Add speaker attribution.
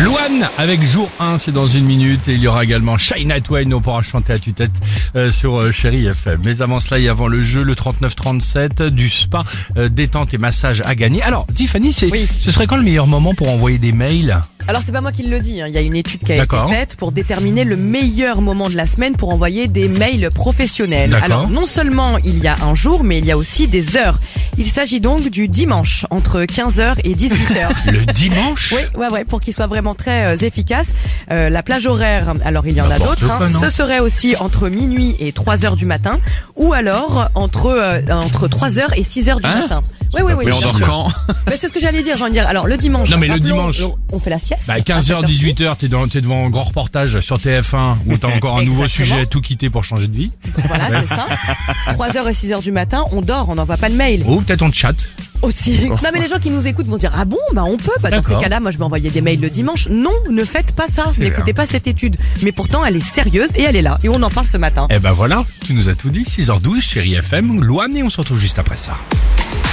Speaker 1: Loane avec jour 1, c'est dans une minute. Et il y aura également Shine Twain, on pourra chanter à tue-tête euh, sur euh, Chéri FM. Mais avant cela, et avant le jeu, le 39-37 du spa, euh, détente et massage à gagner. Alors, Tiffany, c'est,
Speaker 2: Oui.
Speaker 1: ce serait quand le meilleur moment pour envoyer des mails
Speaker 2: Alors c'est pas moi qui le dis, hein. il y a une étude qui a été
Speaker 1: D'accord.
Speaker 2: faite pour déterminer le meilleur moment de la semaine pour envoyer des mails professionnels.
Speaker 1: D'accord.
Speaker 2: Alors non seulement il y a un jour, mais il y a aussi des heures. Il s'agit donc du dimanche entre 15h et 18h.
Speaker 1: le dimanche
Speaker 2: Oui, ouais, ouais, pour qu'il soit vraiment très euh, efficace. Euh, la plage horaire, alors il y en a
Speaker 1: N'importe
Speaker 2: d'autres. hein.
Speaker 1: quoi, non
Speaker 2: Ce serait aussi entre minuit et 3 heures du matin, ou alors euh, entre euh, entre 3 heures et 6 heures du
Speaker 1: Hein
Speaker 2: matin. Oui, oui, oui. bien sûr.
Speaker 3: quand
Speaker 2: Mais c'est ce que j'allais dire, j'ai envie de dire. Alors le dimanche.
Speaker 1: Non, mais le
Speaker 2: rappelons,
Speaker 1: dimanche.
Speaker 2: on fait la sieste.
Speaker 1: Bah,
Speaker 2: à
Speaker 1: 15h,
Speaker 2: 7h06.
Speaker 1: 18h, t'es, dans, t'es devant un grand reportage sur TF1 où t'as encore un nouveau
Speaker 2: Exactement.
Speaker 1: sujet à tout quitter pour changer de vie.
Speaker 2: Voilà, c'est ça. 3h et 6h du matin, on dort, on n'envoie pas de mail
Speaker 1: Ou Oh, peut-être on te chatte.
Speaker 2: aussi. Non, mais les gens qui nous écoutent vont dire Ah bon, bah on peut. Bah, dans ces
Speaker 1: D'accord.
Speaker 2: cas-là, moi je vais envoyer des mails le dimanche. Non, ne faites pas ça.
Speaker 1: C'est
Speaker 2: N'écoutez pas cette étude. Mais pourtant, elle est sérieuse et elle est là. Et on en parle ce matin.
Speaker 1: Eh ben voilà, tu nous as tout dit. 6h12, Chéri FM, Loane, et on se retrouve juste après ça.